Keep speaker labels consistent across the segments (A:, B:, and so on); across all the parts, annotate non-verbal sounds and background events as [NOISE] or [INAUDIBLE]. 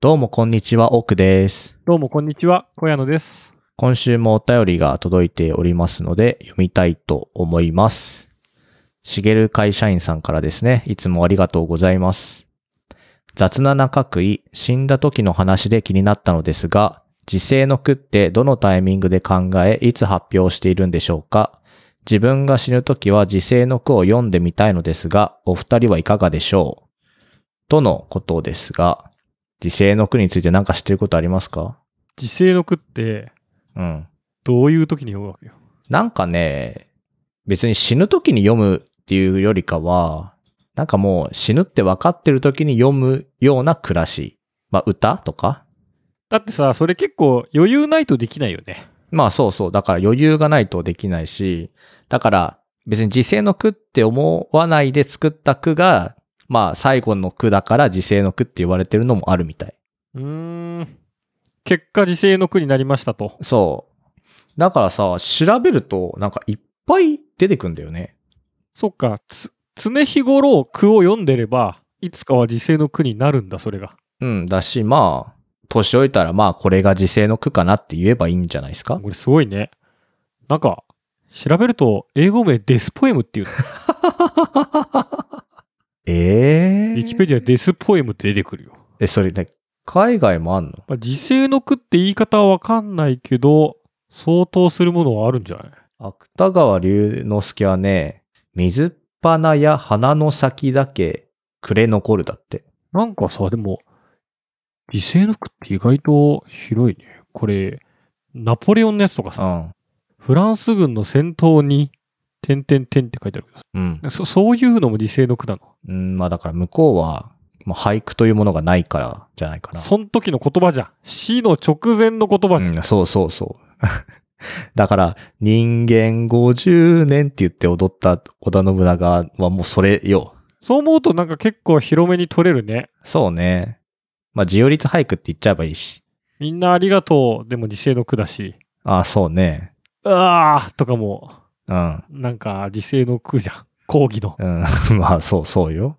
A: どうもこんにちは、奥です。
B: どうも、こんにちは。小屋野です。
A: 今週もお便りが届いておりますので、読みたいと思います。しげる会社員さんからですね、いつもありがとうございます。雑な中食い、死んだ時の話で気になったのですが、時世の句ってどのタイミングで考え、いつ発表しているんでしょうか自分が死ぬ時は時世の句を読んでみたいのですが、お二人はいかがでしょうとのことですが、時世の句について何か知ってることありますか
B: 時世の句って、
A: うん。
B: どういう時に読むわけよ。
A: なんかね、別に死ぬ時に読むっていうよりかは、なんかもう死ぬって分かってる時に読むような暮らし。まあ歌とか
B: だってさ、それ結構余裕ないとできないよね。
A: まあそうそう。だから余裕がないとできないし、だから別に時世の句って思わないで作った句が、まあ最後の句だから時世の句って言われてるのもあるみたい。
B: うーん。結果、時世の句になりましたと。
A: そう。だからさ、調べるとなんかいっぱい出てくんだよね。
B: そっか、つ常日頃句を読んでれば、いつかは時世の句になるんだ、それが。
A: うん、だし、まあ、年老いたら、まあ、これが時世の句かなって言えばいいんじゃないですか
B: これすごいね。なんか、調べると、英語名デスポエムっていうの。
A: え
B: ウィキペディアデスポエムって出てくるよ。
A: え、それね、海外もあんの
B: まあ、時世の句って言い方はわかんないけど、相当するものはあるんじゃない
A: 芥川龍之介はね、水っ鼻や鼻の先だけ暮れ残るだって。
B: なんかさ、でも、美声の句って意外と広いね。これ、ナポレオンのやつとか
A: う
B: さ、
A: ん。
B: フランス軍の戦闘に、点々点って書いてあるけど
A: うん。
B: さそ、そういうのも時世の句なの。
A: うん、まあだから向こうは、まあ、俳句というものがないからじゃないかな。
B: そん時の言葉じゃん。死の直前の言葉じゃん。
A: うん、そうそうそう。 [LAUGHS] だから、人間50年って言って踊った織田信長はもうそれよ。
B: そう思うとなんか結構広めに取れるね。
A: そうね。まあ、自由律俳句って言っちゃえばいいし。
B: みんなありがとう。でも時世の句だし、
A: ああ、そうね。
B: うわーとかも、
A: うん。
B: なんか時世の句じゃん。講義の。
A: うん、 [LAUGHS] まあ、そうそうよ。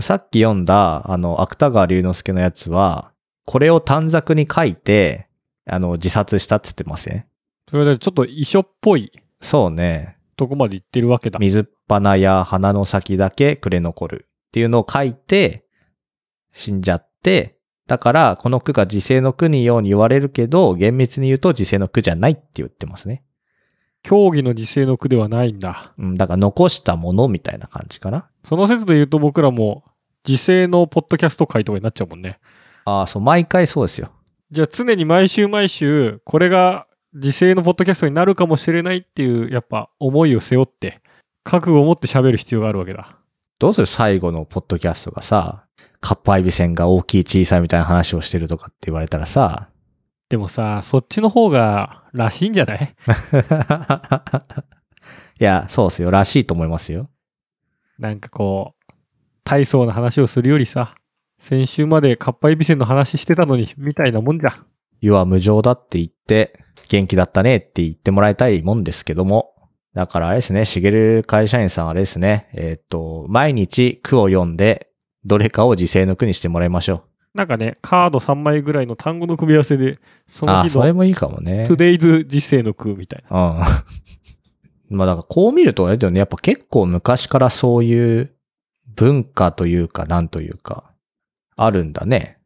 A: さっき読んだ、あの、芥川龍之介のやつは、これを短冊に書いて、あの、自殺したって言ってません
B: それでちょっと遺書っぽい
A: そうね。
B: とこまで言ってるわけだ。
A: 水っ鼻や鼻の先だけ暮れ残るっていうのを書いて、死んじゃって、だから、この句が時世の句にように言われるけど、厳密に言うと時世の句じゃないって言ってますね。
B: 競技の時世の句ではないんだ。
A: うん、だから残したものみたいな感じかな。
B: その説で言うと僕らも時世のポッドキャスト会とかになっちゃうもんね。
A: ああ、そう、毎回そうですよ。
B: じゃあ常に毎週毎週これが時世のポッドキャストになるかもしれないっていうやっぱ思いを背負って覚悟を持って喋る必要があるわけだ。
A: どうする最後のポッドキャストがさ、カッパエビせんが大きい小さいみたいな話をしてるとかって言われたらさ、 [LAUGHS]
B: でもさ、そっちの方がらしいんじゃない
A: いや、そうですよ。らしいと思いますよ。
B: なんかこう、大層な話をするよりさ、先週までカッパエビセンの話してたのにみたいなもんじゃん。
A: 湯は無情だって言って、元気だったねって言ってもらいたいもんですけども。だからあれですね、しげる会社員さんあれですね、えーっと、毎日句を読んで、どれかを時世の句にしてもらいましょう。
B: なんかね、カード3枚ぐらいの単語の組み合わせで、そ
A: あ
B: の
A: あ、
B: 日
A: それ
B: の
A: もいいかもね。
B: Today's 時世の句みたいな。
A: うん。 [LAUGHS] まあだからこう見るとあれだよね、やっぱ結構昔からそういう文化というかなんというか、あるんだね。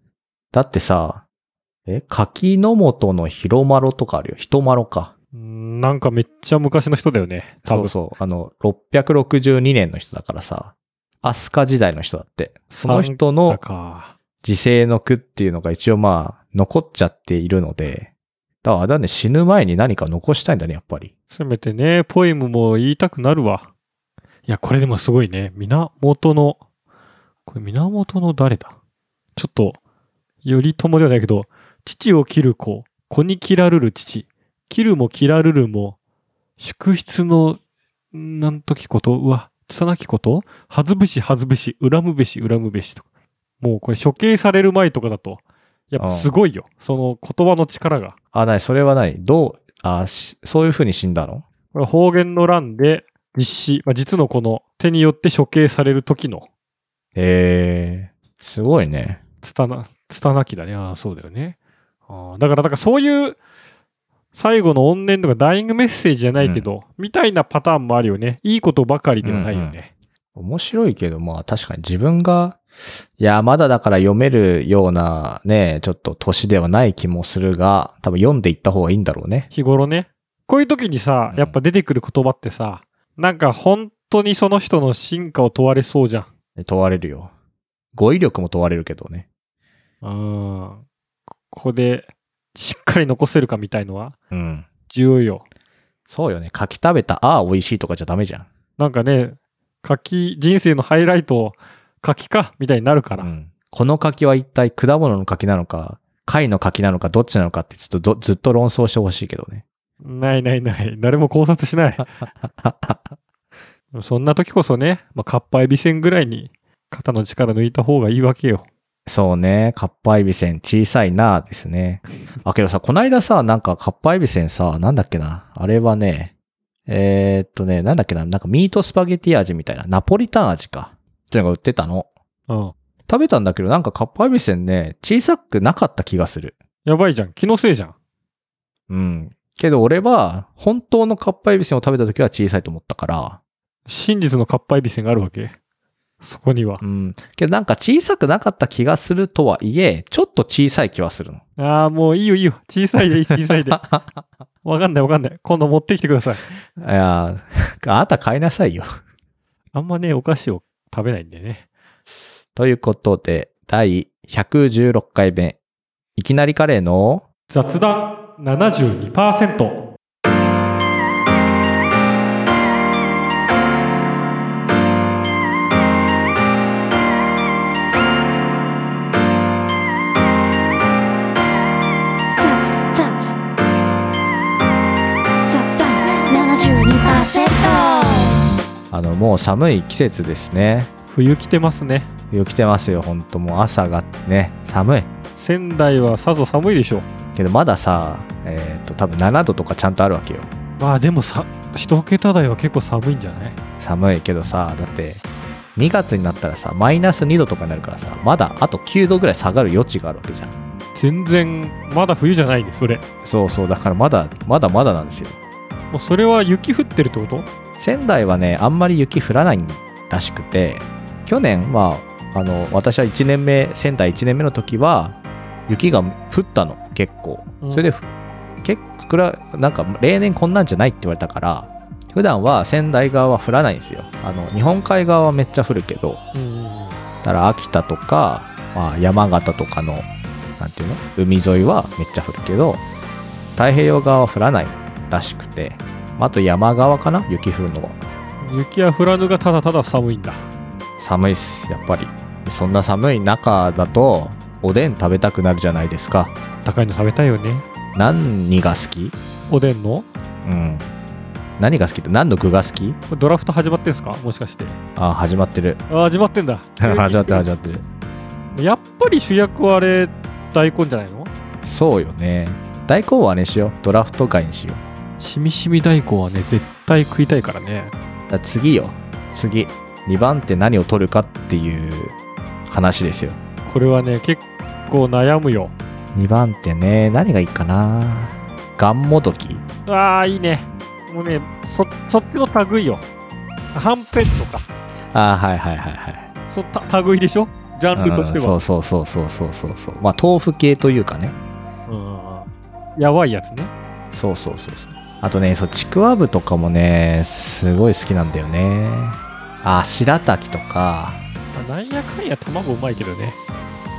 A: だってさ、え、柿の本の広まろとかあるよ。ひとまろか。
B: うーんなんかめっちゃ昔の人だよね。多
A: そう
B: 分
A: そう。あの、662年の人だからさ、飛鳥時代の人だって。その人
B: なん
A: の
B: か。
A: 時世の句っていうのが一応まあ、残っちゃっているので、だからあれだね、死ぬ前に何か残したいんだね、やっぱり。
B: せめてね、ポエムも言いたくなるわ。いや、これでもすごいね。源の、これ源の誰だちょっと、頼朝ではないけど、父を切る子、子に切らるる父、切るも切らるるも、祝筆の、なんときこと、うわ、つたなきこと、はずぶしはずぶし、恨むべし恨むべしとか。もうこれ処刑される前とかだと、やっぱすごいよ。その言葉の力が。
A: あ、なに、それは何どう、あ、しそういう風に死んだの
B: これ方言の欄で実施、まあ、実のこの手によって処刑される時の
A: へえ、すごいね。
B: つたな、拙きだね。ああ、そうだよね。ああだから、なんかそういう、最後の怨念とかダイイングメッセージじゃないけど、みたいなパターンもあるよね。いいことばかりではないよね。
A: 面白いけど、まあ確かに自分が、いや、まだだから読めるようなね、ちょっと年ではない気もするが、多分読んでいった方がいいんだろうね。
B: 日頃ね。こういう時にさ
A: う、ん
B: やっぱ出てくる言葉ってさ、なんか本当にその人の進化を問われそうじゃん。
A: 問われるよ。語彙力も問われるけどね。
B: うん。ここで、しっかり残せるかみたいのは、
A: うん。
B: 重要よ。
A: そうよね。柿食べた、ああ、美味しいとかじゃダメじゃん。
B: なんかね、柿、人生のハイライト、柿か、みたいになるか
A: う
B: ら。
A: ん、この柿は一体果物の柿なのか、貝の柿なのか、どっちなのかってちょっとどずっと論争してほしいけどね。
B: ないないない。誰も考察しない。そんな時こそね、まあ、かっぱえびせんぐらいに肩の力抜いた方がいいわけよ。
A: そうね。カッパエビセン小さいなあですね。あ、けどさ、こないださ、なんかカッパエビセンさ、なんだっけな。あれはね、えーっとね、なんだっけな。なんかミートスパゲティ味みたいな。ナポリタン味か。っていうのが売ってたの。
B: うん。
A: 食べたんだけど、なんかカッパエビセンね、小さくなかった気がする。
B: やばいじゃん。気のせいじゃん。
A: うん。けど俺は、本当のカッパエビセンを食べた時は小さいと思ったから、
B: 真実のかっぱえびせんがあるわけ。そこには
A: う。ん。けどなんか小さくなかった気がするとはいえ、ちょっと小さい気はするの。 [LAUGHS]
B: ああ、もういいよいいよ。小さいでいい、小さいで。 [LAUGHS] わかんないわかんない。今度持ってきてください。
A: いやーあなた買いなさいよ。
B: あんまね、お菓子を食べないんでね。
A: ということで、第116回目、いきなりカレーの、
B: 雑談72%。
C: 雑雑雑談72%
A: あの、もう寒い季節ですね。
B: 冬来てますね。
A: 冬来てますよ、ほんと。もう朝がね、寒い。
B: 仙台はさぞ寒いでしょう。
A: けどまださ、えっ、と、多分7度とかちゃんとあるわけよ。
B: まあでもさ、一桁台は結構寒いんじゃない
A: 寒いけどさ、だって、2月になったらさ、マイナス2度とかになるからさ、まだあと9度ぐらい下がる余地があるわけじゃん。
B: 全然、まだ冬じゃないね、それ。
A: そうそう、だからまだ、まだまだなんですよ。
B: もうそれは雪降ってるってこと
A: 仙台はね、あんまり雪降らないらしくて、去年、まあ、あの、私は1年目、仙台1年目の時は、雪が降ったの、結構。それで、結構、なんか、例年こんなんじゃないって言われたから、普段は仙台側は降らないんですよ。あの、日本海側はめっちゃ降るけど、
B: うんうんうん
A: だから秋田とか、まあ、山形とかのなんていうの海沿いはめっちゃ降るけど太平洋側は降らないらしくてまああと山側かな雪降るのは
B: 雪は降らぬがただただ寒いんだ。
A: 寒いっすやっぱりそんな寒い中だとおでん食べたくなるじゃないですか
B: 高いの食べたいよね。
A: 何が好き
B: おでんの
A: うん何が好きって何の具が好き
B: これドラフト始まってんすかもしかして。
A: あ始まってる
B: あ、 [LAUGHS] 始まってんだ。
A: [LAUGHS] 始まってる始まってる
B: やっぱり主役はあれ、大根じゃないの
A: そうよね大根はあれしようドラフト外にしよう
B: しみしみ大根はね、絶対食いたいからね。
A: だから次よ次2番手何を取るかっていう話ですよ
B: これはね、結構悩むよ。
A: 2番手ね何がいいかなガンモドキ
B: ああ、いいね。もうね、そ、そっちの類よ。はんぺんとか。
A: あーはいはいはいはい
B: そた類でしょジャンルとして
A: うんそ
B: は。
A: うそうそうそうそうそうそうまあ豆腐系というかね
B: うんやばいやつね。
A: そうそうそうそうあとねそうちくわぶとかもねすごい好きなんだよねあー白滝とか
B: まあ、なんやかんや卵うまいけどね。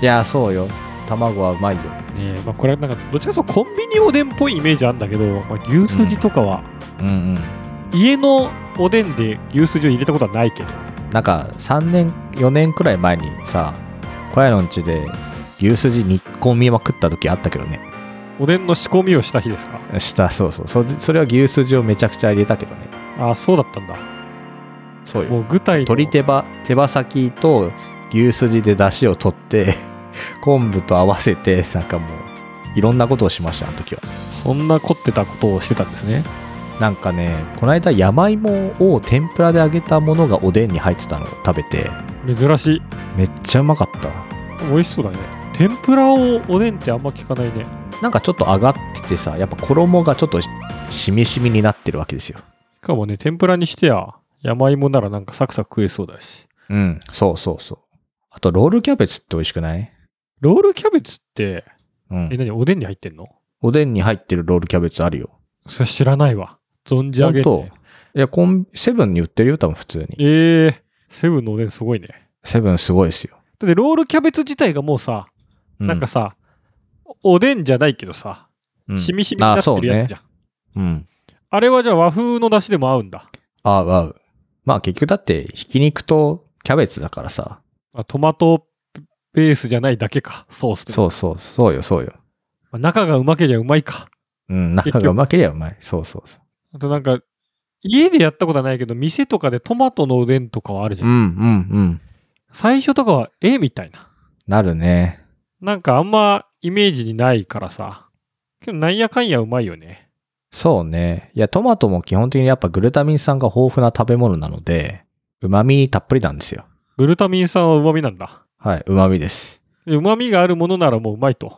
A: いやそうよ卵はうまいよ
B: ねえまあ、これはなんか、どっちかというとコンビニおでんっぽいイメージあるんだけど、まあ、牛すじとかは、
A: うん
B: 家のおでんで牛すじを入れたことはないけど。
A: うんなんか3年4年くらい前にさ小屋のんちで牛すじ煮込みまくった時あったけどね
B: おでんの仕込みをした日ですか
A: したそうそうそそれは牛すじをめちゃくちゃ入れたけどね
B: ああ、そうだったんだ。
A: そうよ
B: もう具体の
A: 鶏手羽手羽先と牛すじで出汁を取って [LAUGHS] 昆布と合わせてなんかもういろんなことをしましたあの時は
B: そんな凝ってたことをしてたんですね。
A: なんかねこの間山芋を天ぷらで揚げたものがおでんに入ってたのを食べて
B: 珍しい。
A: めっちゃうまかった
B: 美味しそうだね。天ぷらをおでんってあんま聞かないね。
A: なんかちょっと上がっててさ、やっぱ衣がちょっとしみしみになってるわけですよ。
B: しかもね、天ぷらにしてや、山芋ならなんかサクサク食えそうだし。
A: うん、そうそうそう。あと、ロールキャベツって美味しくない
B: ロールキャベツって、
A: う
B: え、
A: ん。
B: 何おでんに入ってんの
A: おでんに入ってるロールキャベツあるよ。
B: それ知らないわ。存じ上げ
A: 本
B: て。
A: いや、コン、セブンに売ってるよ、多分普通に。
B: えー、セブンのおでんすごいね。
A: セブンすごいですよ。
B: だってロールキャベツ自体がもうさ、
A: う
B: なんか、さ、おでんじゃないけどさ、
A: うん
B: しみしみになってるやつじゃん。あ,、
A: うん。
B: れはじゃあ和風の出汁でも合うんだ。
A: あ合う。まあ結局だって、ひき肉とキャベツだからさ。
B: あトマトベースじゃないだけか、ソースって。
A: そうそう、そうよ、そうよ。
B: まあ中がうまけりゃうまいか。
A: うん、中がうまけりゃうまい。そうそうそ
B: あとなんか、家でやったことはないけど、店とかでトマトのおでんとかはあるじ
A: う。
B: ゃ。
A: うんん、うん、うん。
B: 最初とかは、えみたいな。
A: なるね。
B: なんかあんまイメージにないからさ。けどなんやかんやうまいよね。
A: そうね。いや、トマトも基本的にやっぱグルタミン酸が豊富な食べ物なので、旨味たっぷりなんですよ。
B: グルタミン酸はうまみなんだ。
A: はい、旨味です。
B: うまみがあるものならもううまいと。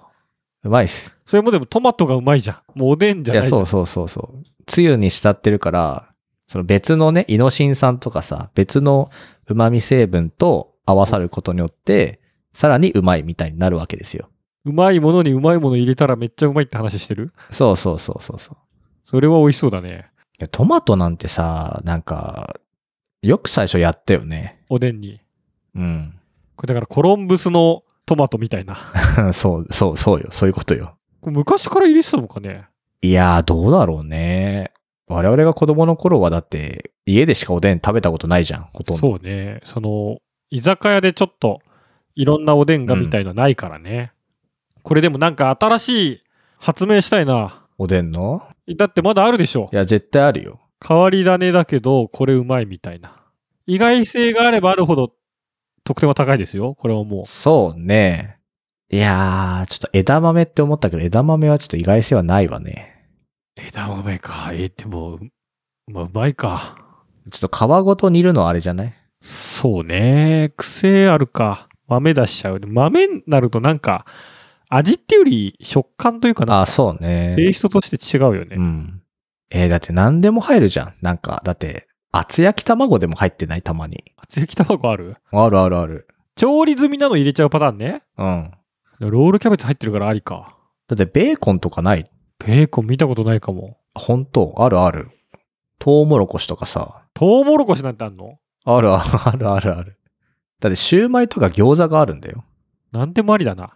A: うまいっす。
B: それもでもトマトがうまいじゃん。もうおでん
A: い
B: じゃない
A: や、
B: じゃん
A: そうそうそうそう。つゆに慕ってるから、その別のね、イノシン酸とかさ、別の旨味成分と合わさることによって、さらにうまいみたいになるわけですよ。
B: うまいものにうまいもの入れたらめっちゃうまいって話してる
A: そうそうそうそうそう。
B: それは美味しそうだね。
A: いやトマトなんてさ、なんか、よく最初やったよね。
B: おでんに。
A: うん。 [LAUGHS]
B: これだからコロンブスのトマトみたいな。
A: そう、そう、そうよ。そういうことよ。
B: これ昔から入れてたのかね
A: いやー、どうだろうね。我々が子供の頃はだって、家でしかおでん食べたことないじゃん、ほとんど。
B: そうね。その、居酒屋でちょっといろんなおでんがみたいのないからね。これでもなんか新しい発明したいな。
A: おでんの
B: だってまだあるでしょ
A: い。や、絶対あるよ。
B: 変わり種だけど、これうまいみたいな。意外性があればあるほど得点は高いですよ。これはもう。
A: そうね。いやー、ちょっと枝豆って思ったけど、枝豆はちょっと意外性はないわね。
B: 枝豆か。え、でも、まあ、うまいか。
A: ちょっと皮ごと煮るのはあれじゃない
B: そうね。癖あるか。豆出しちゃう。豆になるとなんか、味っていうより食感というかな。
A: あ、そうね。
B: テイストとして違うよね。
A: うん。えー、だって何でも入るじゃん。なんか、だって、厚焼き卵でも入ってないたまに。
B: 厚焼き卵ある
A: あるあるある。
B: 調理済みなの入れちゃうパターンね。
A: うん。
B: ロールキャベツ入ってるからありか。
A: だってベーコンとかない
B: ベーコン見たことないかも。
A: 本当あるある。トウモロコシとかさ。
B: トウモロコシなんてあんの
A: あるあるあるあるある。だってシューマイとか餃子があるんだよ。
B: なんでもありだな。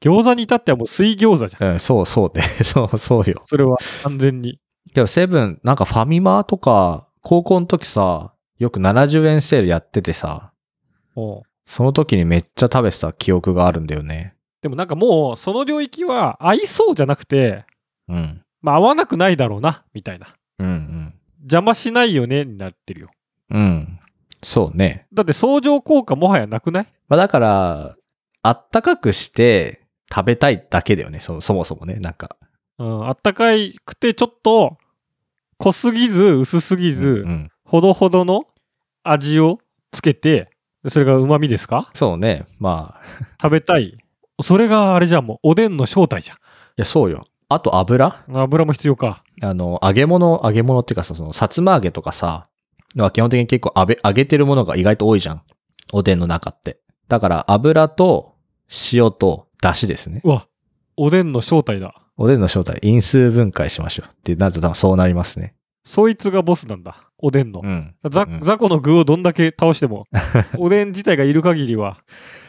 B: 餃子に至ってはもう水餃子じゃん。
A: うん、そうそうで、 [LAUGHS] そうそうよ。
B: それは完全に。
A: でもセブン、なんかファミマとか、高校の時さ、よく70円セールやっててさ、
B: もう
A: その時にめっちゃ食べてた記憶があるんだよね。
B: でもなんかもうその領域は合いそうじゃなくて、
A: うん。
B: まあ合わなくないだろうな、みたいな。
A: うん
B: 邪魔しないよねになってるよ
A: うん。うん。そうね。
B: だって相乗効果もはやなくない
A: まあだから、あったかくして食べたいだけだよね。そそもそもね。なんか。
B: うんあったかいくてちょっと濃すぎず薄すぎ
A: う
B: ず、
A: んうん。
B: ほどほどの味をつけてそれがうまみですか
A: そうね。まあ。い
B: 食べたいそれがあれじゃんもうおでんの正体じゃ
A: や、そうよ。あと油
B: ん油も必要か
A: あの、揚げ物、揚げ物っていうかさ、その、さつま揚げとかさ、のは基本的に結構揚げ揚げてるものが意外と多いじゃん。おでんの中って。だから、油と塩と出汁ですね。
B: うわおでんの正体だ
A: おでんの正体、因数分解しましょうってなると多分そうなりますね。
B: そいつがボスなんだおでんの、
A: うん。
B: ザ
A: うん
B: 雑魚の具をどんだけ
A: [LAUGHS]
B: 倒してもおでん自体がいる限りは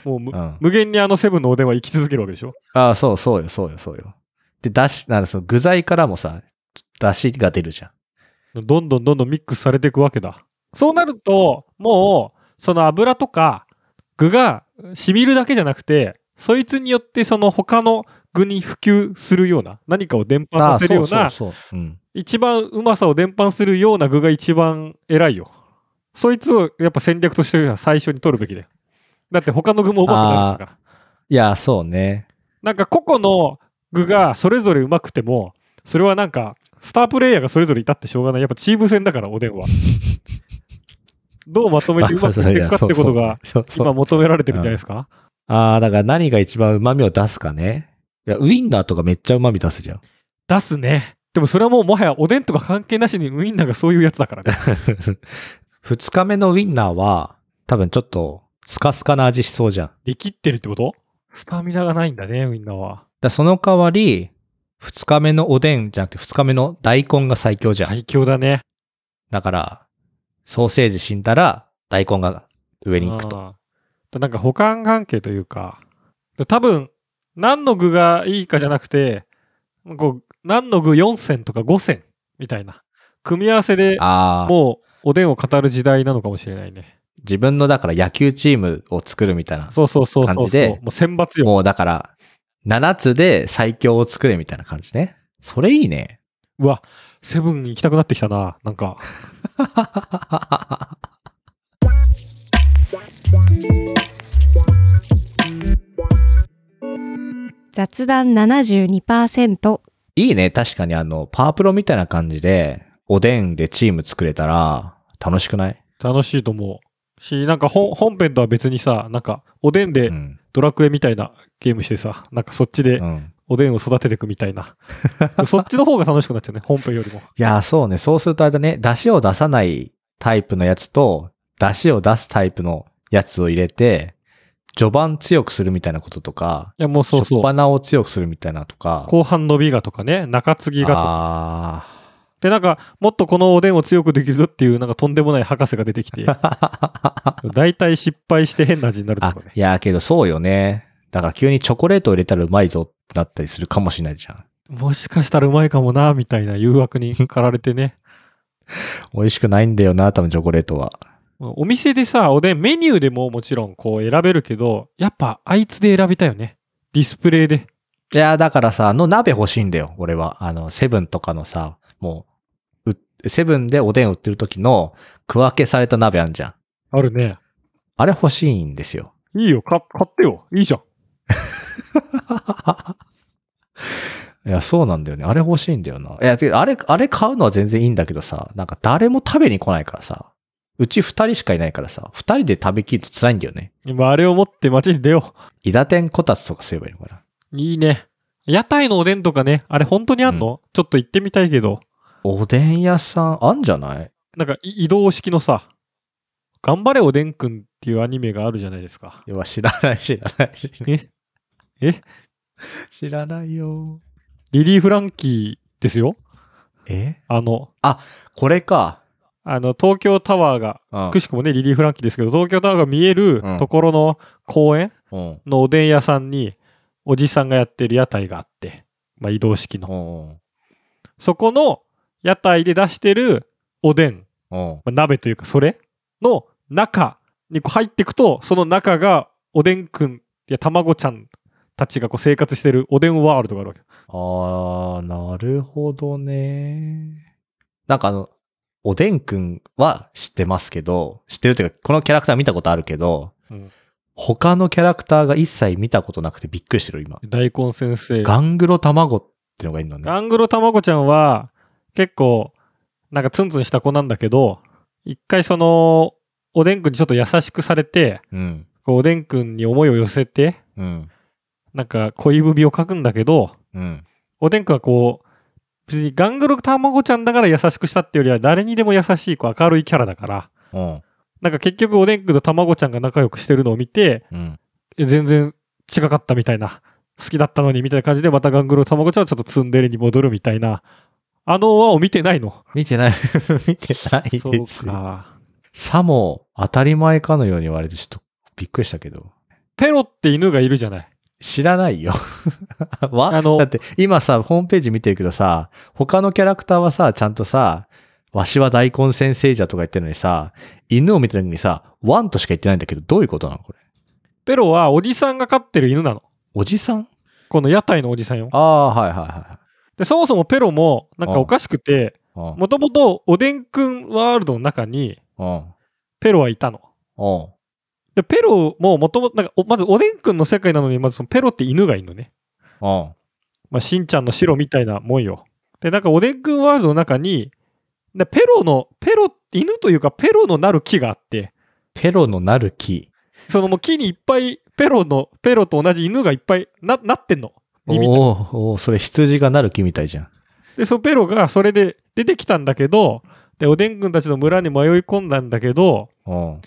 B: もうむ
A: うん、
B: 無限にあのセブンのおでんは生き続けるわけでしょ
A: ああ、そうそうよ、そうよ、そうよ。で、出汁、なんかその具材からもさ、出汁が出るじゃん。
B: どんどんどんどんミックスされていくわけだ。そうなると、もう、その油とか具が染みるだけじゃなくて、そいつによってその他の具に普及するような、何かを伝播
A: あ
B: さ
A: あ、
B: せる
A: そ
B: よ
A: う
B: う
A: そう
B: な、
A: そう。うん。
B: 一番うまさを伝播するような具が一番偉いよ。そいつをやっぱ戦略としては最初に取るべきだよ。だって他の具もうまくなるから。
A: いや、そう
B: [LAUGHS]
A: ね。
B: なんか個々の具がそれぞれうまくても、それはなんか、スタープレイヤーがそれぞれいたってしょうがない。やっぱチーム戦だから、おでんは。
A: [LAUGHS]
B: どうまとめてうまくしていくかってことが、
A: そうそう
B: 今求められてるんじゃないですか
A: ああ、だから何が一番旨味を出すかね。いや、ウインナーとかめっちゃ旨味出すじゃん。 [LAUGHS]
B: 出すね。でもそれはもうもはやおでんとか関係なしにウインナーがそういうやつだか
A: [LAUGHS]
B: らね。
A: 二日目のウインナーは、多分ちょっと、スカスカな味しそうじゃん。だか
B: できってるってことスタミナがないんだね、ウインナーは。
A: らその代わり、二日目のおでんじゃなくて二日目の大根が最強じゃん。
B: 最強だね。
A: だから、ソーセージ死んだら、大根が上に行くと。
B: あーなんか保管関係というか、多分、何の具がいいかじゃなくて、こう、何の具4選とか5選みたいな、組み合わせで
A: ああ、
B: もうおでんを語る時代なのかもしれないね。
A: 自分のだから野球チームを作るみたいな。
B: そうそうそうそう
A: 感
B: そう。
A: じで
B: もう選抜よ。
A: もうだから、7つで最強を作れみたいな感じね。それいいね。
B: うわ、セブン行きたくなってきたな。なんか、
C: 雑談72%
A: いいね。確かにあの、パワープロみたいな感じで、おでんでチーム作れたら、楽しくない
B: 楽しいと思う。し、なんか本本編とは別にさ、なんか、おでんで
A: うん。
B: ドラクエみたいなゲームしてさ、なんかそっちで
A: うん。
B: おでんを育てていくみたいな。そっちの方が楽しくなっちゃうね、本編よりも。
A: いやー、そうね。そうするとあれだね、出汁を出さないタイプのやつと、出汁を出すタイプのやつを入れて、序盤強くするみたいなこととか、
B: いや、もうそうそ
A: 初っ
B: う。
A: 端を強くするみたいなとか。
B: 後半伸びがとかね、中継ぎがとか。
A: あ
B: で、なんか、もっとこのおでんを強くできるぞっていう、なんかとんでもない博士が出てきて、
A: ー。
B: 大体失敗して変な味になると
A: あ
B: かね、。
A: いやーけどそうよね。だから急にチョコレートを入れたらうまいぞってなったりするかもしれないじゃん。
B: もしかしたらうまいかもな、みたいな誘惑に駆られてね。 [LAUGHS]
A: 美味しくないんだよな、多分チョコレートは。
B: お店でさ、おでん、メニューでももちろんこう選べるけど、やっぱあいつで選びたいよね。ディスプレイで。
A: いやーだからさ、あの鍋欲しいんだよ、俺は。あの、セブンとかのさ、もう、うセブンでおでん売ってる時の区分けされた鍋あんじゃん。
B: あるね。
A: あれ欲しいんですよ。
B: いいよ、か買ってよ。いいじゃん。
A: いや、そうなんだよね。あれ欲しいんだよな。いや、てかあれ、あれ買うのは全然いいんだけどさ、なんか誰も食べに来ないからさ、うち二人しかいないからさ、二人で食べきると辛いんだよね。
B: 今、あれを持って街に出よ
A: 伊ダ天こたつとかすればいいのかな。
B: う。いいね。屋台のおでんとかね、あれ本当にあんの、ちょっと行ってみたいけど。
A: おでん屋さん、あんじゃない
B: なんかい移動式のさ、頑張れおでんくんっていうアニメがあるじゃないですか。
A: いや、知らない、知らない。知らない
B: ええ
A: 知らないよ。
B: リリー・フランキーですよ。
A: え
B: あの、
A: これか。
B: あの東京タワーが、
A: うん
B: くしくもね、リリー・フランキーですけど、東京タワーが見える
A: うん
B: ところの公園
A: うん。
B: のおでん屋さんに、おじさんがやってる屋台があって、まあ、移動式の。
A: うん。
B: そこの屋台で出してるおでん、
A: うん。
B: まあ、鍋というかそれの中にこう入っていくとその中がおでんくんやたまごちゃんたちがこう生活してるおでんワールドがあるわけ
A: あー、なるほどね。なんかあの、おでんくんは知ってますけど、知ってるっていうか、このキャラクター見たことあるけど、
B: うん
A: 他のキャラクターが一切見たことなくてびっくりしてる、今。
B: 大根先生
A: ガングロ卵ってのがいるのね。
B: ガングロたまごちゃんは結構なんかツンツンした子なんだけど一回そのおでんくんにちょっと優しくされて
A: うん。
B: こうおでんくんに思いを寄せて
A: うん。
B: なんか恋文を書くんだけど
A: うん。
B: おでんくんはこう別にガングロたまごちゃんだから優しくしたっていうよりは誰にでも優しいこう明るいキャラだから
A: うん。
B: なんか結局おでんくんとたまごちゃんが仲良くしてるのを見て、
A: うん。
B: え全然違かったみたいな、好きだったのにみたいな感じで、またガングロたまごちゃんはちょっとツンデレに戻るみたいな、あの輪を見てないの。
A: 見てない、 [LAUGHS] 見てないですよ。
B: そうか。
A: さも当たり前かのように言われてちょっとびっくりしたけど。
B: ペロって犬がいるじゃない。
A: 知らないよ。 [LAUGHS] わ
B: あの
A: だって今さ、ホームページ見てるけどさ、他のキャラクターはさ、ちゃんとさ、わしは大根先生じゃとか言ってるのにさ、犬を見てるのにさ、ワンとしか言ってないんだけど、どういうことなのこれ。
B: ペロはおじさんが飼ってる犬なの。
A: おじさん
B: この屋台のおじさんよ。
A: ああ、はいはいは
B: で、そもそもペロもなんかおかしくて、
A: いはい。
B: もともとおでんくんワールドの中に
A: うん。うん。
B: ペロはいたの。
A: うん。
B: で、ペロももともと、なんかおまずおでんくんの世界なのに、まずそのペロって犬がいるのね。
A: うん。
B: まあ、しんちゃんの白みたいなもんよ。で、なんかおでんくんワールドの中に、でペロの、ペロ、犬というかペロのなる木があって、
A: ペロのなる木。
B: そのもう木にいっぱいペロの、ペロと同じ犬がいっぱいな、なってんの。耳に
A: おーおーそれ羊がなる木みたいじゃん。
B: で、そのペロがそれで出てきたんだけど、で、おでんくんたちの村に迷い込んだんだけど、
A: うん。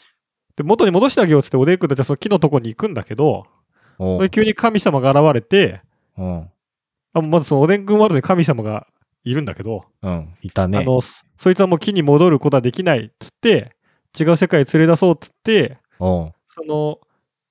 B: で、元に戻してあげようっつっておでんくんたちはその木のとこに行くんだけど、
A: お
B: そ
A: ー
B: れ急に神様が現れて、
A: うん。
B: あまずそのおでんくんワールドに神様がいるんだけど、
A: うん。いた
B: あ
A: ね。
B: の、そそいつはもう木に戻ることはできないっつって、違う世界へ連れ出そうっつって、
A: うん。
B: その、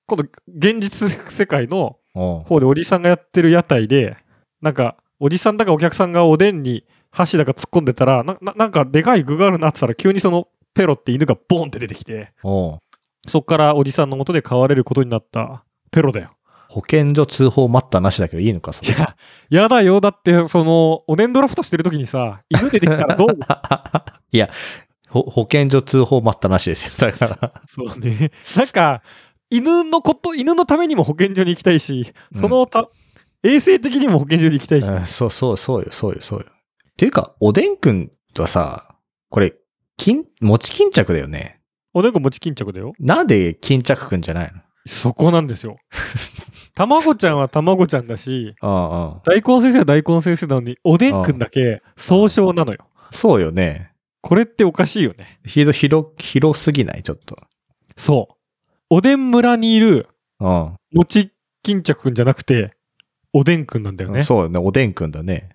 B: 今度、現実世界の
A: うん。
B: 方でおじさんがやってる屋台で、なんか、おじさんだかお客さんがおでんに箸だか突っ込んでたら、なななんかでかい具があるなって言ったら、急にそのペロって犬がボーンって出てきて、
A: うん。
B: そっからおじさんの元で飼われることになったペロだよ。
A: 保健所通報待ったなしだけどいいのか、そ
B: い
A: れ。
B: や、やだよ。だって、その、おでんドラフトしてる時にさ、犬出てきたらどう
A: いや、ほ保健所通報待ったなしですよ。だ [LAUGHS] から。
B: そうね。 [LAUGHS] なんか、犬のこと、犬のためにも保健所に行きたいし、そのた、衛生的にも保健所に行きたいし、
A: うん、そうそうそうよ、そうよ、そうよ。っていうか、おでんくんはさ、これ、金、餅巾着だよね。
B: おでんこ餅巾着だよ。
A: なんで巾着くんじゃないの
B: そこなんですよ。 [LAUGHS] 卵ちゃんは卵ちゃんだし、
A: ああ、ああ
B: 大根先生は大根先生なのに、おでんくんだけ総称なのよ。
A: そうよね。
B: これっておかしいよね。
A: ひど、広、広すぎないちょっと。
B: そう。おでん村にいる
A: うん。
B: 餅巾着くんじゃなくて、おでんくんなんだよね。
A: そうよね。おでんくんだね。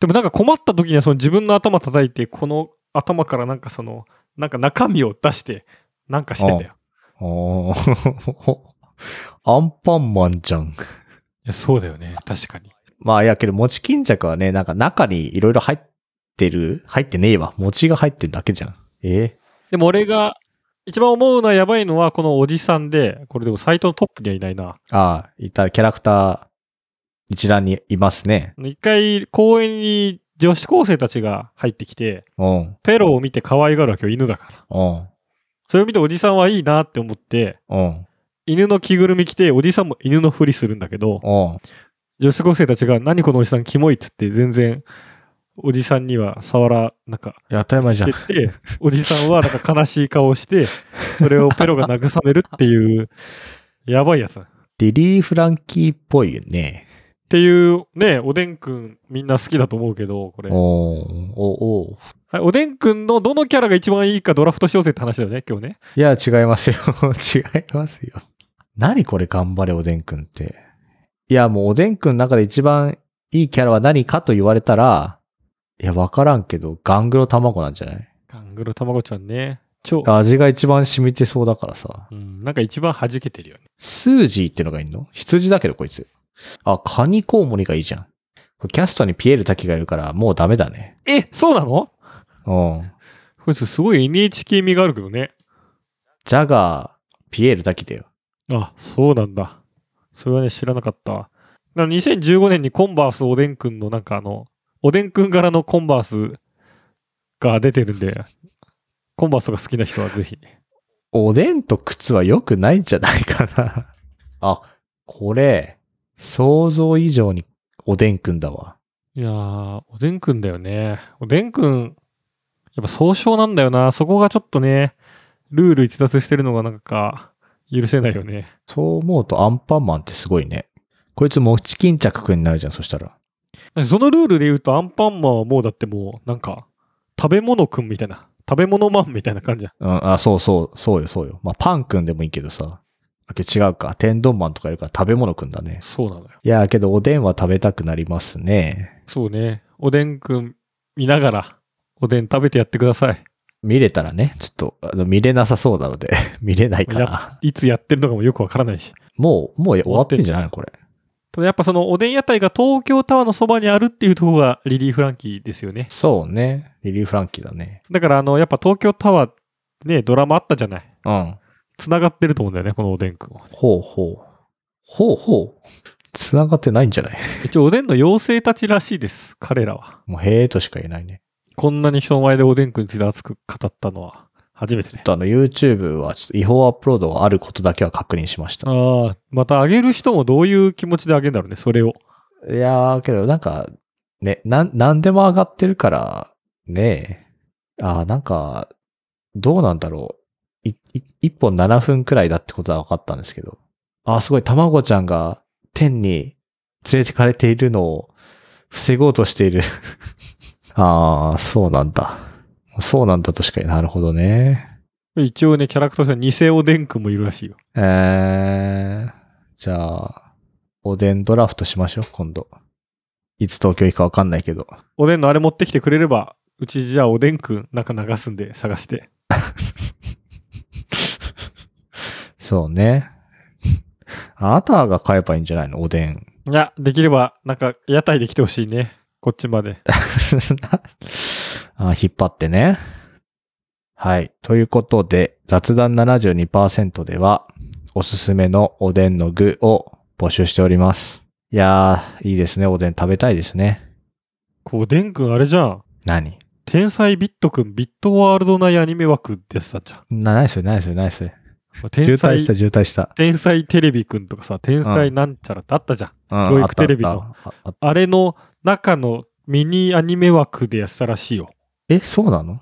B: でもなんか困った時にはその自分の頭叩いて、この頭からなんかその、なんか中身を出して、なんかしてんだよ。
A: おー [LAUGHS] アンパンマンじゃん。
B: いや、そうだよね。確かに。
A: まあ、いやけど、餅巾着はね、なんか中にいろいろ入ってる、入ってねえわ。餅が入ってるだけじゃん。え
B: でも俺が、一番思うのはやばいのは、このおじさんで、これでもサイトのトップにはいないな。
A: ああ、いた、キャラクター、一覧にいますね。
B: 一回公園に女子高生たちが入ってきて
A: うん、
B: ペロを見て可愛がるわけよ犬だから
A: うん、
B: それを見ておじさんはいいなって思って
A: うん、
B: 犬の着ぐるみ着ておじさんも犬のふりするんだけど
A: うん。
B: 女子高生たちが「何このおじさんキモい」っつって全然おじさんには触らなんか
A: やったまじ [LAUGHS]
B: [LAUGHS]
A: ゃん
B: 言。っておじさんはなんか悲しい顔をしてそれをペロが慰めるっていうやばいやつっ
A: リリー・フランキーっぽいよね。
B: ていうねおでんくんみんな好きだと思うけどこれ
A: おーお、お
B: はいおでんくんのどのキャラが一番いいかドラフトしようぜって話だよね、今日ね。
A: いや、違いますよ。 [LAUGHS] 違いますよ。何これ、頑張れ、おでんくんって。いや、もう、おでんくんの中で一番いいキャラは何かと言われたら、いや、わからんけど、ガングロ卵なんじゃない
B: ガングロたまごちゃんね。超、
A: 味が一番染みてそうだからさ。
B: うん、なんか一番弾けてるよね。
A: スージーってのがいんの羊だけどこいつ。あ、カニコウモリがいいじゃん。これキャストにピエール滝がいるからもうダメだね。
B: え、そうなの
A: うん。
B: こいつすごい NHK 味があるけどね。
A: ジャガー、ピエール滝だよ。
B: あ、そうなんだ。それはね、知らなかったわ。な2015年にコンバースおでんくんのなんかあの、おでんくん柄のコンバースが出てるんで、コンバースが好きな人はぜひ。
A: おでんと靴は良くないんじゃないかな。あ、これ、想像以上におでんくんだわ。
B: いやー、おでんくんだよね。おでんくん、やっぱ総称なんだよな。そこがちょっとね、ルール逸脱してるのがなんか、許せないよね。
A: そう思うとアンパンマンってすごいね。こいつもち巾着くんになるじゃん、そしたら。
B: そのルールで言うと、アンパンマンはもうだってもう、なんか、食べ物くんみたいな、食べ物マンみたいな感じじゃん。
A: うん、あ、そうそう、そうよ、そうよ。まあ、パンくんでもいいけどさ。あけど違うか。天丼マンとかいるから食べ物くんだね。
B: そうなのよ。
A: いやーけどおでんは食べたくなりますね。
B: そうね。おでんくん見ながら、おでん食べてやってください。
A: 見れたらね、ちょっとあの見れなさそうなので、 [LAUGHS] 見れないかな。
B: いつやってるのかもよくわからないし。
A: もう、もう終わってんじゃないのこれ。
B: ただやっぱそのおでん屋台が東京タワーのそばにあるっていうところがリリー・フランキーですよね。
A: そうね。リリー・フランキーだね。
B: だからあの、やっぱ東京タワー、ね、ドラマあったじゃない。
A: うん。
B: 繋がってると思うんだよね、このおでんくんは。
A: ほうほう。ほうほう。繋がってないんじゃない
B: 一応おでんの妖精たちらしいです、彼らは。
A: もうへーとしか言えないね。
B: こんなに人の前でおでんくんについて熱く語ったのは初めて
A: あ
B: ね。
A: とあの YouTube はちょっと違法アップロードがあることだけは確認しました。
B: ああ、またあげる人もどういう気持ちであげるんだろうね、それを。
A: いやーけどなんか、ね、なん、なんでも上がってるから、ねえ。あーなんか、どうなんだろう。い、い、1本7分くらいだってことは分かったんですけど。あ、すごい、たまごちゃんが天に連れてかれているのを防ごうとしている。 [LAUGHS] ああ、そうなんだ。そうなんだとしか、なるほどね。
B: 一応ね、キャラクターとしては偽おでんくんもいるらしいよ。
A: えー、じゃあ、おでんドラフトしましょう、今度。いつ東京行くかわかんないけど。
B: おでんのあれ持ってきてくれれば、うちじゃあおでんくんなんか流すんで探して。
A: [LAUGHS] そうね。あなたが買えばいいんじゃないのおでん。 [LAUGHS]
B: いや、できれば、なんか屋台で来てほしいね。こっちまで。
A: あ引っ張ってね。はい。ということで、雑談72%では、おすすめのおでんの具を募集しております。いやー、いいですね。おでん食べたいですね。
B: こうおでんくんあれじゃん。
A: 何
B: 天才ビットくん、ビットワールド内アニメ枠でしたじゃん。
A: な、ないっすよ、ないっすよ、ないっすよ。
B: まあ
A: 渋
B: 天
A: 滞
B: 才
A: した、、渋滞した。
B: 天才テレビくんとかさ、天才なんちゃらってあったじゃん。
A: うん
B: 教育テレビの
A: あったあったああ
B: あれの中のミニアニメ枠でやってたらしいよ。
A: え、そうなの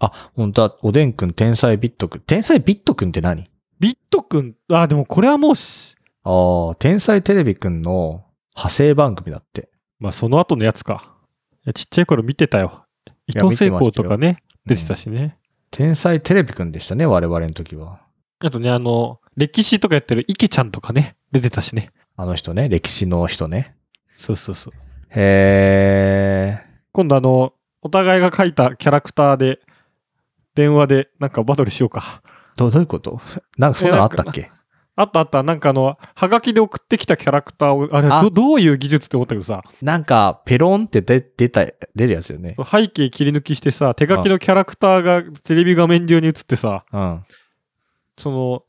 A: あ、本当だ。おでんくん、天才ビットくん。天才ビットくんって何
B: ビットくん、あ、でもこれはもうし、
A: ああ、天才テレビくんの派生番組だって。
B: まあその後のやつか。いやちっちゃい頃見てたよ。伊
A: や
B: 藤聖光とかね、
A: 見てま
B: 出
A: してたよ
B: たしね。
A: 天才テレビくんでしたね、我々の時は。
B: あとね、あの、歴史とかやってる池ちゃんとかね、出てたしね。
A: あの人ね、歴史の人ね。
B: そうそうそう。
A: へえ。
B: 今度あの、お互いが書いたキャラクターで、電話でなんかバトルしようか。
A: ど、どういうことなんかそんなのあったっけ
B: あったあった、なんかあの、はがきで送ってきたキャラクターを、あれ
A: あ
B: ど、どういう技術って思ったけどさ、
A: なんか、ペロンって出、出た、出るやつよね。
B: 背景切り抜きしてさ、手書きのキャラクターがテレビ画面上に映ってさ、
A: うん。
B: その、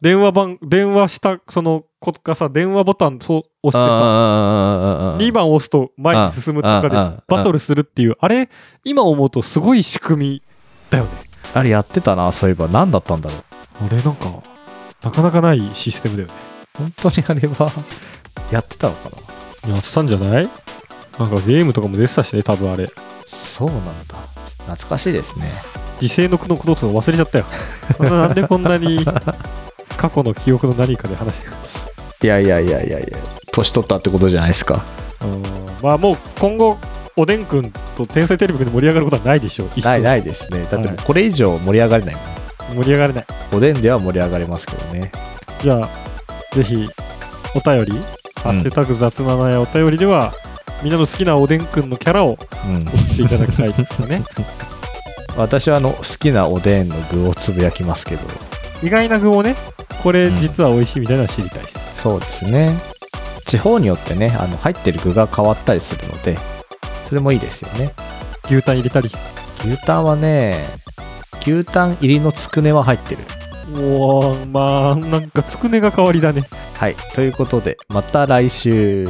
B: 電話番、電話した、その子がさ、電話ボタンそう押してさ、
A: あ
B: 2番押すと前に進むとかで
A: うんうん
B: バトルするっていうあれ今思うとすごい仕組みだよね
A: あれやってたな、そういえば。何だったんだろう。
B: あれなんかなかなかないシステムだよね
A: 本当にあれは、やってたのかな
B: やってたんじゃないなんかゲームとかも出てたしね多分あれ
A: そうなんだ。懐かしいですね。
B: 時勢の句のこととか忘れちゃ
A: [LAUGHS]
B: ったよあのなんでこんなに過去の記憶の何かで話してる
A: いやいやいやいやいや。年取ったってことじゃないですか。
B: あのまあもう今後おでんくんと天才テレビくんで盛り上がることはないでしょう一
A: ない
B: 生
A: ないですね。だってもうこれ以上盛り上がれないもん。
B: 盛り上がれない
A: おでんでは盛り上がれますけどね。
B: じゃあ、ぜひ、お便り、ハッシュタグ雑ななやお便りでは、みんなの好きなおでんくんのキャラを送
A: うん。
B: っていただきたいですよね。
A: [LAUGHS] 私はあの好きなおでんの具をつぶやきますけど
B: 意外な具をね、これ
A: うん
B: 実は美味しいみたいなの知りたいです。
A: そうですね地方によってねあの入ってる具が変わったりするのでそれもいいですよね
B: 牛タン入れたり。
A: 牛タンはね牛タン入りのつくねは入ってる
B: おー、まあ、なんかつくねが代わりだね。
A: はいということでまた来週